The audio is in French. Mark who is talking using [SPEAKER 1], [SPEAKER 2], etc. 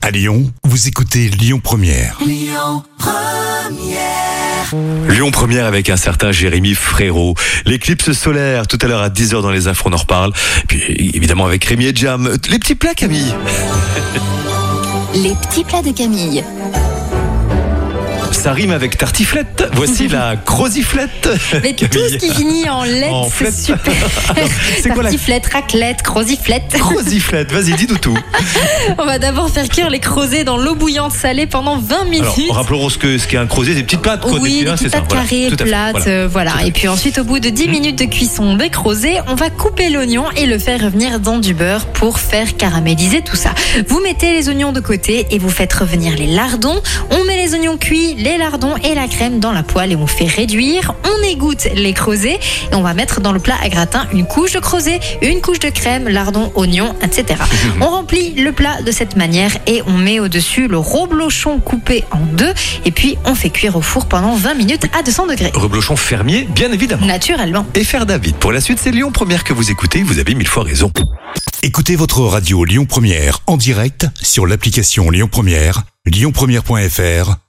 [SPEAKER 1] À Lyon, vous écoutez Lyon Première.
[SPEAKER 2] Lyon Première avec un certain Jérémy Frérot. L'éclipse solaire, tout à l'heure à 10h dans les infos, on en reparle. Puis évidemment avec Rémi et Jam. Les petits plats, Camille
[SPEAKER 3] Les petits plats de Camille.
[SPEAKER 2] Ça rime avec tartiflette. Voici la croziflette.
[SPEAKER 3] Mais tout
[SPEAKER 2] Camille.
[SPEAKER 3] ce qui finit en lettre,
[SPEAKER 2] En
[SPEAKER 3] c'est
[SPEAKER 2] flette.
[SPEAKER 3] super.
[SPEAKER 2] C'est quoi la
[SPEAKER 3] Tartiflette, raclette, croziflette.
[SPEAKER 2] croziflette Vas-y, dis-nous tout.
[SPEAKER 3] On va d'abord faire cuire les crozets dans l'eau bouillante salée pendant 20
[SPEAKER 2] Alors,
[SPEAKER 3] minutes.
[SPEAKER 2] rappelons ce que ce qu'est un crozet, des petites pâtes. quoi,
[SPEAKER 3] oui,
[SPEAKER 2] des petits-
[SPEAKER 3] des
[SPEAKER 2] hein,
[SPEAKER 3] petites
[SPEAKER 2] c'est ça,
[SPEAKER 3] pâtes
[SPEAKER 2] voilà.
[SPEAKER 3] carrées,
[SPEAKER 2] Tout à fait,
[SPEAKER 3] plates,
[SPEAKER 2] voilà.
[SPEAKER 3] euh, voilà. Et puis ensuite, au bout de 10 minutes de cuisson des crozets, on va couper l'oignon et le faire revenir dans du beurre pour faire caraméliser tout ça. Vous mettez les oignons de côté et vous faites revenir les lardons. On met les oignons cuits, les lardons et la crème dans la poêle et on fait réduire. On égoutte les crozets et on va mettre dans le plat à gratin une couche de crozet, une couche de crème, lardons, oignons, etc. On remplit le plat de cette manière et on met au-dessus le reblochon coupé en deux et puis on fait cuire au four pendant 20 minutes à 200 degrés.
[SPEAKER 2] Reblochon fermier, bien évidemment.
[SPEAKER 3] Naturellement.
[SPEAKER 2] Et faire David. Pour la suite, c'est Lyon Première que vous écoutez. Vous avez mille fois raison.
[SPEAKER 1] Écoutez votre radio Lyon Première en direct sur l'application Lyon Première, lyonpremière.fr